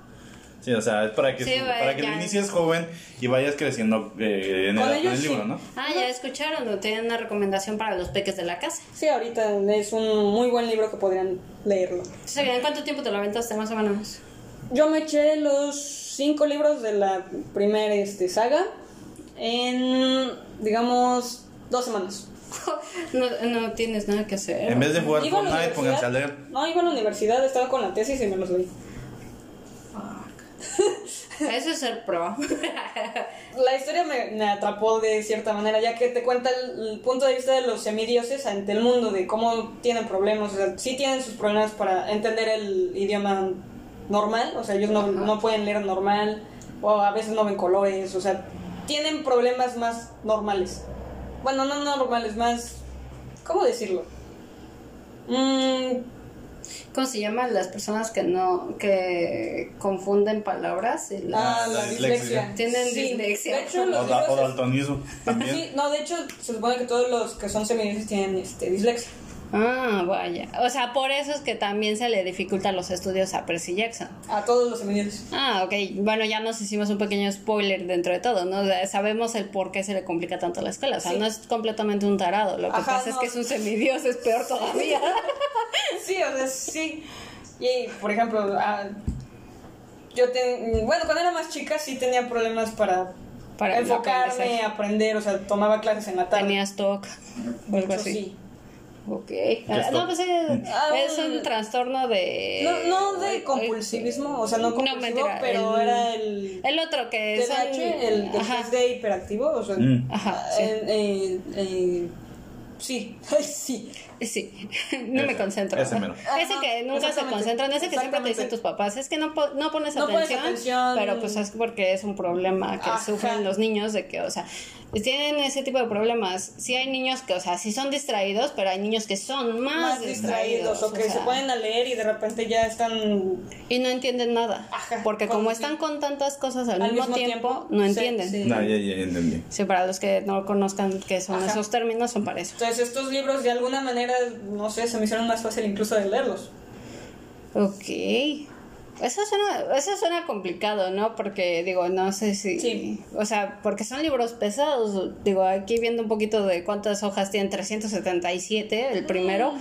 Sí, o sea, es para que,
Sí,
su-
va-
para que
ya.
lo inicies joven y vayas creciendo eh, en,
Con
el, en
ellos
el
sí.
libro, ¿no?
Ah, ya escucharon, ¿no? tienen una recomendación para los peques de la casa.
Sí, ahorita es un muy buen libro que podrían leerlo.
Entonces, ¿en cuánto tiempo te lo aventaste más o menos?
Yo me eché los cinco libros de la primera este, saga en, digamos, dos semanas.
No, no tienes nada que hacer.
En vez de jugar
Iba a la
Fortnite,
universidad-
pónganse a leer.
No, iba a la universidad, estaba con la tesis y me los leí.
Eso es ser pro.
La historia me, me atrapó de cierta manera, ya que te cuenta el, el punto de vista de los semidioses ante el mundo, de cómo tienen problemas, o sea, sí tienen sus problemas para entender el idioma normal, o sea, ellos no, no pueden leer normal, o a veces no ven colores, o sea, tienen problemas más normales. Bueno, no normales, más... ¿Cómo decirlo? Mm,
¿Cómo se llaman las personas que no que confunden palabras? y la-
ah,
Ah,
la,
la
dislexia.
dislexia.
Tienen dislexia.
De hecho,
O,
los
da- o
libros es-
daltonismo también.
Sí, no, de hecho, se supone que todos los que son semidioses tienen este, dislexia.
Ah, vaya. O sea, por eso es que también se le dificultan los estudios a Percy Jackson.
A todos los semidioses.
Ah, ok. Bueno, ya nos hicimos un pequeño spoiler dentro de todo, ¿no? O sea, sabemos el por qué se le complica tanto la escuela. O sea,
Sí.
no es completamente un tarado. Lo que
Ajá,
pasa es
no.
que es un semidios, es peor todavía.
Sí, o sea, sí. Y, por ejemplo, ah, yo ten- bueno, cuando era más chica sí tenía problemas para,
Para el
enfocarme,
aprendizaje.
aprender, o sea, tomaba clases en la tarde.
Tenías TOC o
De
algo
hecho,
así.
sí.
Ok.
es
no,
TOC.
pues es,
Ah,
es
un-
un trastorno de...
No, no de compulsivismo, o sea, no compulsivo,
mentira,
pero
el-
era el
El otro que es...
TDAH,
el-
el, el
Ajá.
test de hiperactivo, o sea,
Mm.
Ajá,
ah,
sí.
en- en- en- sí, sí.
Sí, no
Ese,
me concentro.
ese mero.
Ese que nunca se
exactamente,
concentran, ese que siempre te dicen
exactamente.
tus papás, es que no, po- no pones
No pones
atención,
atención.
pero pues es porque es un problema que
Ajá.
sufren los niños de que, o sea, pues tienen ese tipo de problemas. Sí hay niños que, o sea, sí son distraídos, pero hay niños que son más,
más distraídos, o que
sea,
se ponen a leer y de repente ya están
Y no entienden nada.
Ajá,
porque como
cuando
están
sí.
con tantas cosas al, mismo, tiempo, no
sí,
entienden.
sí.
No, ya, ya entendí.
Sí, para los que no conozcan qué son
Ajá.
esos términos, son para eso.
Entonces estos libros de alguna manera, no sé, se me hicieron más fácil incluso de leerlos.
Ok. Eso suena, eso suena complicado, ¿no? Porque digo, no sé si...
Sí.
O sea, porque son libros pesados. Digo, aquí viendo un poquito de cuántas hojas tienen, 377, el primero.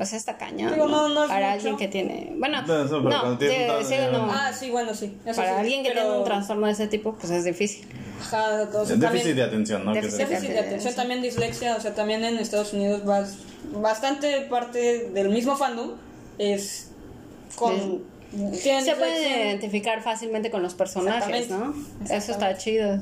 O sea, está cañón.
Mm. Digo, no, no es
para
mucho.
alguien que tiene... Bueno,
No, eso, pero
no,
cuando tienes
de-
un tal-
sí, no.
Ah, sí, bueno, sí. eso
para
sí,
alguien que
pero-
tiene un trastorno de ese tipo, pues es difícil.
Ajá, o sea,
Déficit
también-
de atención, ¿no? Que
Déficit
se-
de
Déficit de atención, también dislexia, o sea, también en Estados Unidos vas, bastante parte del mismo fandom es con... tienen
se
dislexia.
pueden identificar fácilmente con los personajes, ¿no?
Exactamente.
Eso está chido.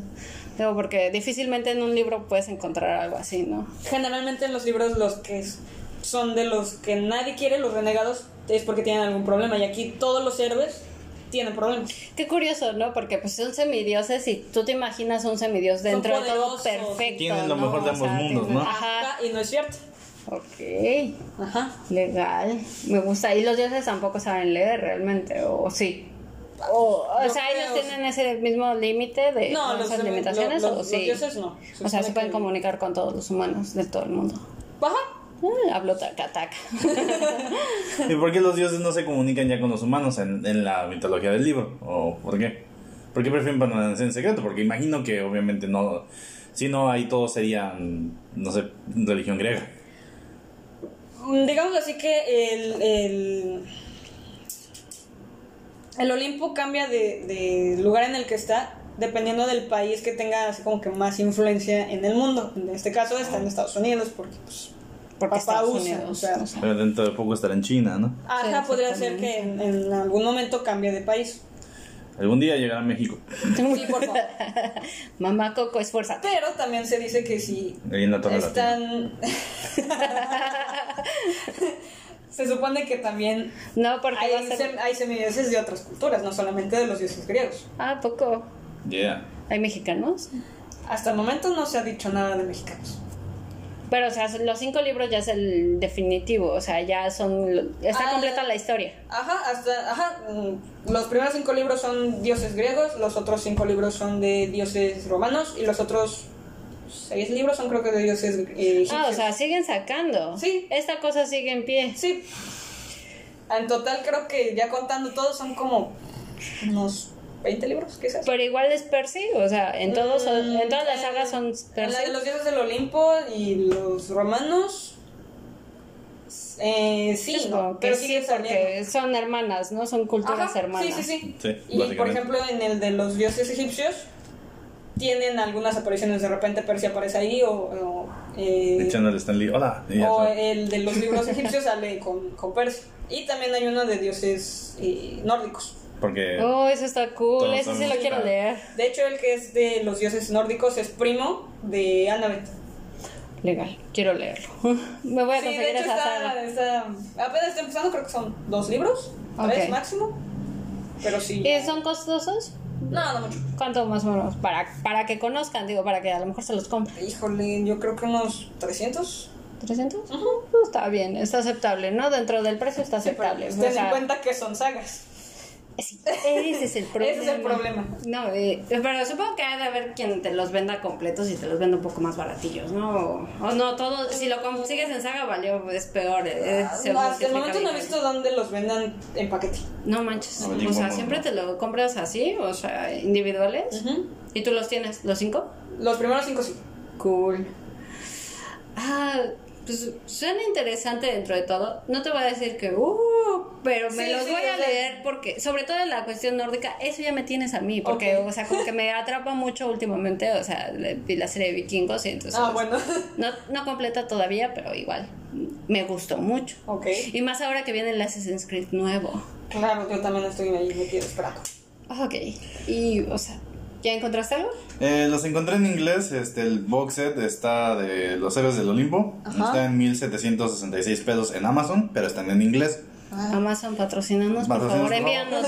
Digo, porque difícilmente en un libro puedes encontrar algo así, ¿no?
Generalmente en los libros los que s- son de los que nadie quiere, los renegados, es porque tienen algún problema. Y aquí todos los héroes tienen problemas.
Qué curioso, ¿no? Porque pues son semidioses y tú te imaginas un semidios dentro de todo
poderosos.
perfecto.
Tienen lo
¿no?
mejor de
O sea,
ambos mundos,
tienen-
¿no?
Ajá.
Y no es cierto.
Ok.
Ajá.
Legal. Me gusta. Y los dioses tampoco saben leer realmente, o sí. O, o
Yo
sea, ellos
creo-
tienen ese mismo límite de
No,
con
los-
esas
los-
limitaciones,
los-
o
los
sí.
dioses no. Se
o sea,
supone
se pueden
que-
comunicar con todos los humanos de todo el mundo.
Ajá.
Ah, Hablo taca taca.
¿Y por qué los dioses no se comunican ya con los humanos en, en la mitología del libro? ¿O por qué? ¿Por qué prefieren permanecer en secreto? Porque imagino que obviamente no... Si no, ahí todos serían, no sé, religión griega.
Mm, Digamos así que el, el, el Olimpo cambia de, de lugar en el que está dependiendo del país que tenga así como que más influencia en el mundo. En este caso está en Estados Unidos porque pues...
Porque
Papá
Estados
usa,
Unidos.
o sea,
o sea,
Pero dentro de poco estará en China, ¿no?
Ajá, podría ser que en, en algún momento cambie de país.
Algún día llegará a México.
Sí, por favor.
Mamá Coco, esfuérzate.
Pero también se dice que si
Ahí en la Torre Latina.
están... se supone que también
No, porque va a
hay,
ser-
sem- hay semidioses de otras culturas, no solamente de los dioses griegos.
Ah, poco.
Yeah.
Hay mexicanos.
Hasta el momento no se ha dicho nada de mexicanos.
Pero, o sea, los cinco libros ya es el definitivo. O sea, ya son. Está
Ah.
completa la historia.
Ajá, hasta, ajá, mm, los primeros cinco libros son dioses griegos, los otros cinco libros son de dioses romanos y los otros seis libros son creo que de dioses eh, egipcios.
Ah, o sea, siguen sacando.
Sí.
Esta cosa sigue en pie.
Sí. En total creo que ya contando todos son como unos 20 libros, quizás.
Pero igual es Percy, o sea, en todos son- en todas las
Mm,
sagas son
en la de
Percy.
los dioses del Olimpo y los romanos. Eh, sí,
Supongo
no,
que
pero
sí,
sigue saliendo.
porque son hermanas, ¿no? Son culturas
Ajá,
hermanas.
Sí, sí, sí.
Sí,
y por
básicamente.
ejemplo, en el de los dioses egipcios, tienen algunas apariciones. De repente Percy aparece ahí, o, o, eh,
Echando al Stanley. Hola. Y ya
Oh,
o
está.
eh,
el de los libros egipcios sale con, con Percy. Y también hay uno de dioses eh, nórdicos.
Porque...
Oh, eso está cool,
Todos
ese sí
son-
lo quiero leer.
De hecho, el que es de los dioses nórdicos es primo de Annabeth.
Legal, quiero leerlo. Me voy a
Sí,
conseguir
de hecho
esa
está,
saga.
está- apenas está empezando, creo que son dos libros, tres
Ok.
máximo. Pero sí.
¿Y son costosos?
No, no mucho.
¿Cuánto más o menos? Para, para que conozcan, digo, para que a lo mejor se los compren.
Híjole, yo creo que unos 300.
¿300? Pues Está bien, está aceptable, ¿no? Dentro del precio está aceptable.
Ten
o sea,
en cuenta que son sagas.
sí, ese es el problema.
Ese es el problema.
No, eh, pero supongo que hay de haber quien te los venda completos y te los venda un poco más baratillos, ¿no? O no, todo, si lo consigues en saga, valió, es peor. eh, se
Ah, Hasta el momento
multiplica
no he visto dónde los vendan en paquete.
No manches.
No,
o
ningún
sea,
modo,
siempre
no.
te lo compras así, o sea, individuales. ¿Y tú los tienes, los cinco?
Los primeros cinco sí.
Cool. Ah, pues suena interesante dentro de todo. No te voy a decir que, uh, pero me
Sí,
los
sí,
voy
o
a
sea-
leer porque, sobre todo en la cuestión nórdica, eso ya me tienes a mí, porque,
Ok.
o sea, como que me atrapa mucho últimamente, o sea, le- vi la serie de vikingos y entonces...
Ah, bueno.
No, no completa todavía, pero igual, me gustó mucho.
Ok.
Y más ahora que viene el Assassin's Creed nuevo.
Claro, yo también estoy ahí metido esperando.
Ok, y, o sea, ¿ya encontraste algo?
Eh, los encontré en inglés, este, el box set está de Los Héroes del Olimpo,
Ajá.
está en 1766 pesos en Amazon, pero están en inglés.
Ah,
Amazon, patrocinanos, por favor,
Patrocínanos, por favor.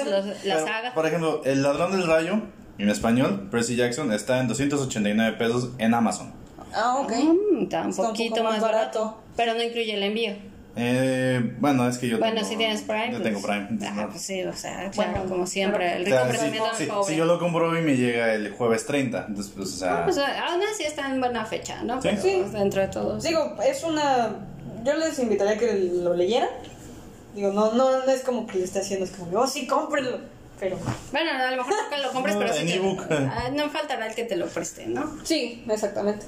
envíanos los- la
Pero,
saga.
Por ejemplo, El Ladrón del Rayo en español, Percy Jackson, está en 289 pesos en Amazon.
Ah, ok.
Mm, está un
Está
poquito más, barato. Pero no incluye el envío.
Eh, bueno, es que yo
Bueno,
tengo-
si tienes Prime.
Yo tengo
pues-
Prime.
Ajá,
no.
pues sí, o sea,
Bueno,
claro, como siempre. El
O
rico
sea, si,
presumiendo al
si-
pobre.
si yo lo compro y me llega el jueves 30, entonces, pues, o sea...
Ah, pues, aún así está en buena fecha, ¿no?
Sí.
Pero pues,
Sí.
Dentro de todos.
Digo, es una. Yo les invitaría a que lo leyeran. Digo, no, no, no es como que le esté haciendo, es como, oh, sí, cómprenlo. Pero.
Bueno, a lo mejor nunca lo compres,
No,
pero sí.
en
que-
ebook.
Ah, no faltará el que te lo preste, ¿no?
Sí, exactamente.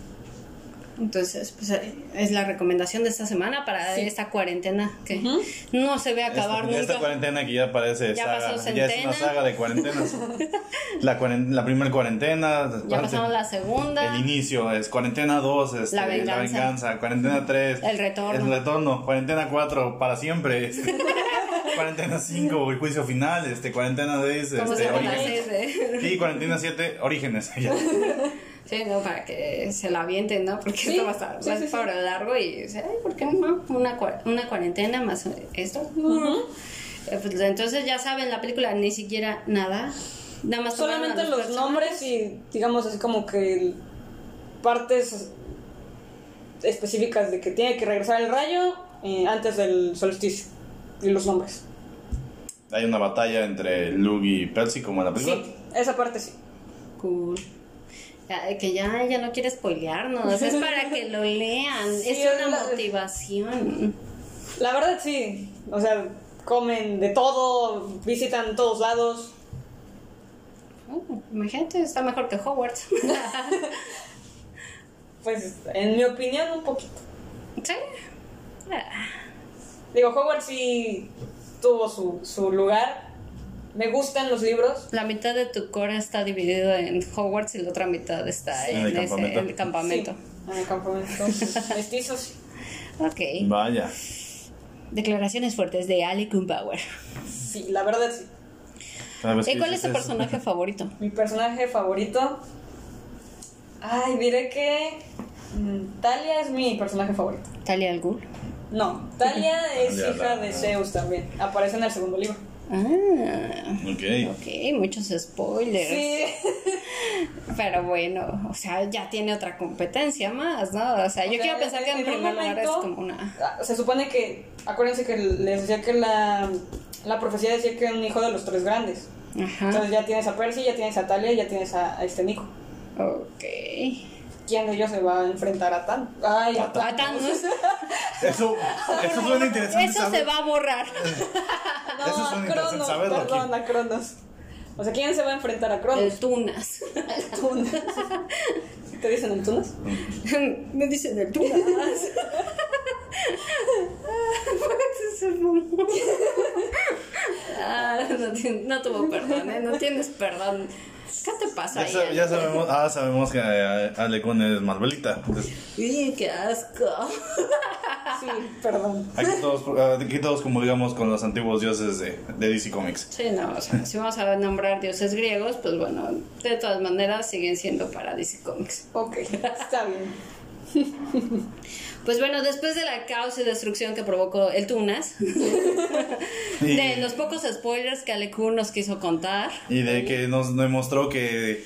Entonces, pues eh, es la recomendación de esta semana para
Sí.
esta cuarentena que
Ujú.
no se
Este,
ve acabar
esta, esta
nunca.
cuarentena que ya parece
Ya
saga,
pasó
ya es
centena.
una saga de cuarentenas. la cuaren- la primera cuarentena,
ya
cuarentena-
pasamos la segunda.
el inicio, es cuarentena 2, este,
La
la,
venganza.
venganza. cuarentena 3,
El retorno.
el retorno, cuarentena 4, para siempre, este, cuarentena 5, el juicio final, este, cuarentena 6,
¿Cómo se
este,
llama la
orígenes.
seis, eh?
Y cuarentena 7, orígenes. ya.
Sí, no, para que se la avienten, ¿no? Porque
Sí,
esto va a estar
sí,
va a
sí,
estar
sí.
largo y, o sea, ay, ¿por qué no? Una, cua- una cuarentena más esto. Eh, pues, entonces, ya saben, la película ni siquiera nada. Nada más tomaron a
Solamente
los
los
personajes.
nombres y, digamos, así como que el- partes específicas de que tiene que regresar el rayo eh, antes del solsticio. Y los nombres.
Hay una batalla entre Luke y Percy, como en la película.
Sí, esa parte sí.
Cool. Ya, eh, Que ya, ya no quiere spoilearnos, es para que lo lean,
Sí,
es
es
una
la-
motivación.
La verdad sí, o sea, comen de todo, visitan todos lados.
Oh, Imagínate, está mejor que Hogwarts.
Pues, en mi opinión, un poquito.
sí. Ah,
Digo, Hogwarts sí tuvo su, su lugar. Me gustan los libros.
La mitad de tu cora está dividido en Hogwarts y la otra mitad está
Sí,
en,
en el
ese-
campamento.
en el campamento.
Sí, en el campamento. Mestizos.
Ok.
Vaya.
Declaraciones fuertes de Ali Kumbauer.
Sí, la verdad sí.
Cada vez
¿Y
que
Eh, cuál es
dices
tu
eso-
personaje favorito?
Mi personaje favorito. Ay, diré que. mm, Talia es mi personaje favorito.
Talia al Ghul.
No, Talia es
Talia,
hija
la-
de Zeus también. Aparece en el segundo libro.
Ah.
Ok.
Ok, muchos spoilers.
Sí.
Pero bueno, o sea, ya tiene otra competencia más, ¿no? O sea, yo
O sea,
quiero pensar que en,
un
primer lugar es
momento,
como una.
ah, Se supone que. Acuérdense que les decía que la. La profecía decía que era un hijo de los tres grandes.
Ajá.
Entonces ya tienes a Percy, ya tienes a Talia, ya tienes a, a este Nico.
Ok.
¿Quién de ellos se va a enfrentar a Tan? Ay, a Tan.
Ah, tan-
Eso, eso suena interesante.
Eso se
saber.
va a borrar.
No,
Eso es un
a
interesante
Cronos,
saberlo aquí.
perdón, a Cronos. O sea, ¿quién se va a enfrentar a Cronos?
El Tunas.
El Tunas. ¿Te dicen el Tunas?
Me dicen el Tunas. Ah, no, tiene- no tuvo perdón, ¿eh? No tienes perdón. ¿Qué te pasa
Ya,
ahí?
sab- ya sabemos, ah, sabemos que eh, Alecón es Marvelita. Entonces,
Uy, qué asco.
Sí, perdón.
Aquí todos, ah, aquí todos comulgamos con los antiguos dioses de, de DC Comics.
Sí, no, o sea, si vamos a nombrar dioses griegos, pues bueno, de todas maneras siguen siendo para DC Comics.
Ok, está bien.
Pues bueno, después de la caos y destrucción que provocó el Tunas,
Y,
de los pocos spoilers que Alecún nos quiso contar,
y de que nos demostró que,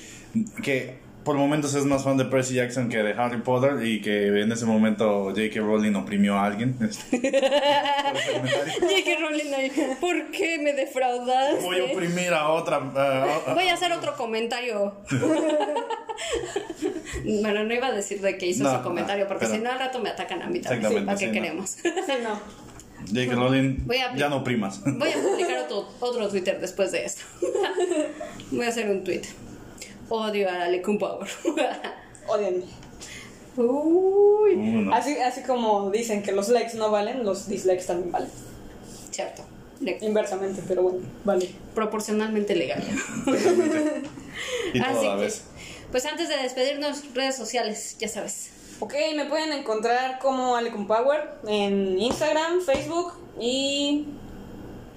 que por momentos es más fan de Percy Jackson que de Harry Potter y que en ese momento J.K. Rowling oprimió a alguien. Este, por ese comentario.
llegué Rowling ahí, ¿por qué me
Voy a
defraudaste?
oprimir a otra. ah, ah,
Voy a hacer otro comentario. bueno, no iba a decir de qué hizo
No,
su comentario,
no,
porque
pero-
si no al rato me atacan a mí también.
Exactamente,
¿Para qué
sí, no.
queremos?
Sí, no.
J.K. Rowling,
Voy a-
ya no oprimas.
Voy a publicar otro, otro Twitter después de esto. Voy a hacer un tweet. Odio a Alecún Power.
Odienme.
Uy.
Uno.
Así, así como dicen que los likes no valen, los dislikes también valen.
Cierto. Le-
Inversamente, pero bueno, vale.
proporcionalmente legal.
Y toda
Así
la
que,
vez.
Pues antes de despedirnos, redes sociales, ya sabes.
Ok, me pueden encontrar como Alecom Power en Instagram, Facebook y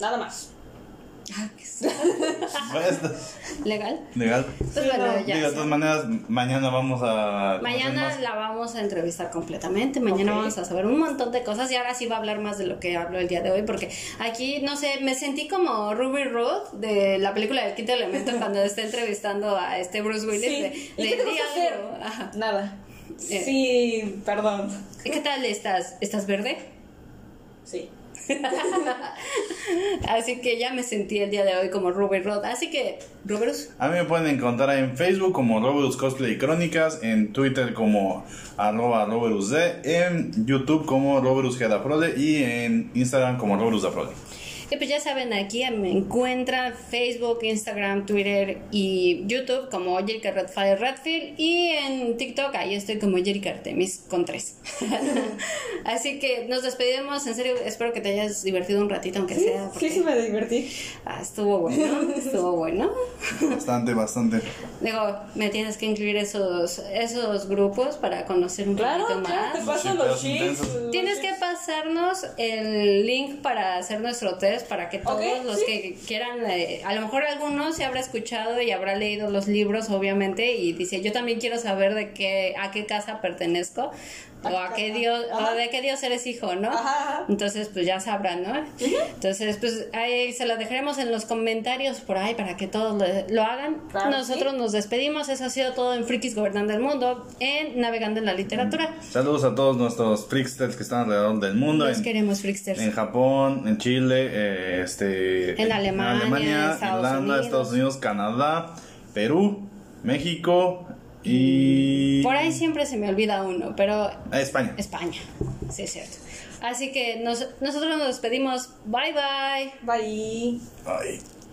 nada más.
Basta.
Ah, ¿Legal?
Legal.
Pues bueno, ya.
Digo, de todas maneras, mañana vamos a. conocer
Mañana
más.
la vamos a entrevistar completamente, mañana
Ok.
vamos a saber un montón de cosas y ahora sí va a hablar más de lo que habló el día de hoy porque aquí, no sé, me sentí como Ruby Roth de la película del quinto elemento cuando está entrevistando a este Bruce Willis.
Sí.
de-
¿Y
de
qué te vas
"Di
a hacer?
algo". Ajá.
Nada.
Eh.
Sí, perdón.
¿Qué tal estás? ¿Estás verde?
Sí.
Así que ya me sentí el día de hoy como Ruby Roth. Así que, Roberus,
A mí me pueden encontrar en Facebook como Roberus Cosplay Crónicas, en Twitter como arroba Roberus D, en YouTube como Roberus Gedafrode E y en Instagram como Roberus Dafrode.
Y pues ya saben, aquí me encuentran Facebook, Instagram, Twitter y YouTube como Jerica Redfire Redfield y en TikTok ahí estoy como Jerica Artemis con tres. Así que nos despedimos, en serio, espero que te hayas divertido un ratito aunque sea.
Sí,
porque-
sí me divertí.
Ah, estuvo bueno, estuvo bueno.
Bastante, bastante.
Digo, me tienes que incluir esos, esos grupos para conocer un
Claro,
poquito
claro, te
más.
paso
Los
los
chiflados
chips.
intensos.
Tienes que pasarnos el link para hacer nuestro test para que todos
Ok,
los
sí.
que quieran, eh, a lo mejor alguno se habrá escuchado y habrá leído los libros, obviamente, y dice yo también quiero saber de qué a qué casa pertenezco o a qué dios o
Ajá.
de qué dios eres hijo, ¿no?
Ajá.
Entonces pues ya sabrán, ¿no? Entonces pues ahí se la dejaremos en los comentarios por ahí para que todos lo, lo hagan.
Claro,
Nosotros nos despedimos. Eso ha sido todo en Frikis Gobernando el Mundo, en Navegando en la Literatura.
Saludos a todos nuestros freaksters que están alrededor del mundo.
Los
en-
queremos, Friksters.
En Japón, en Chile, eh, este,
En Alemania, en Estados
Irlanda,
Unidos.
Estados Unidos, Canadá, Perú, México y
Por ahí siempre se me olvida uno, pero
Eh, España.
España, sí es cierto. Así que nos- nosotros nos despedimos. Bye bye.
Bye.
Ay.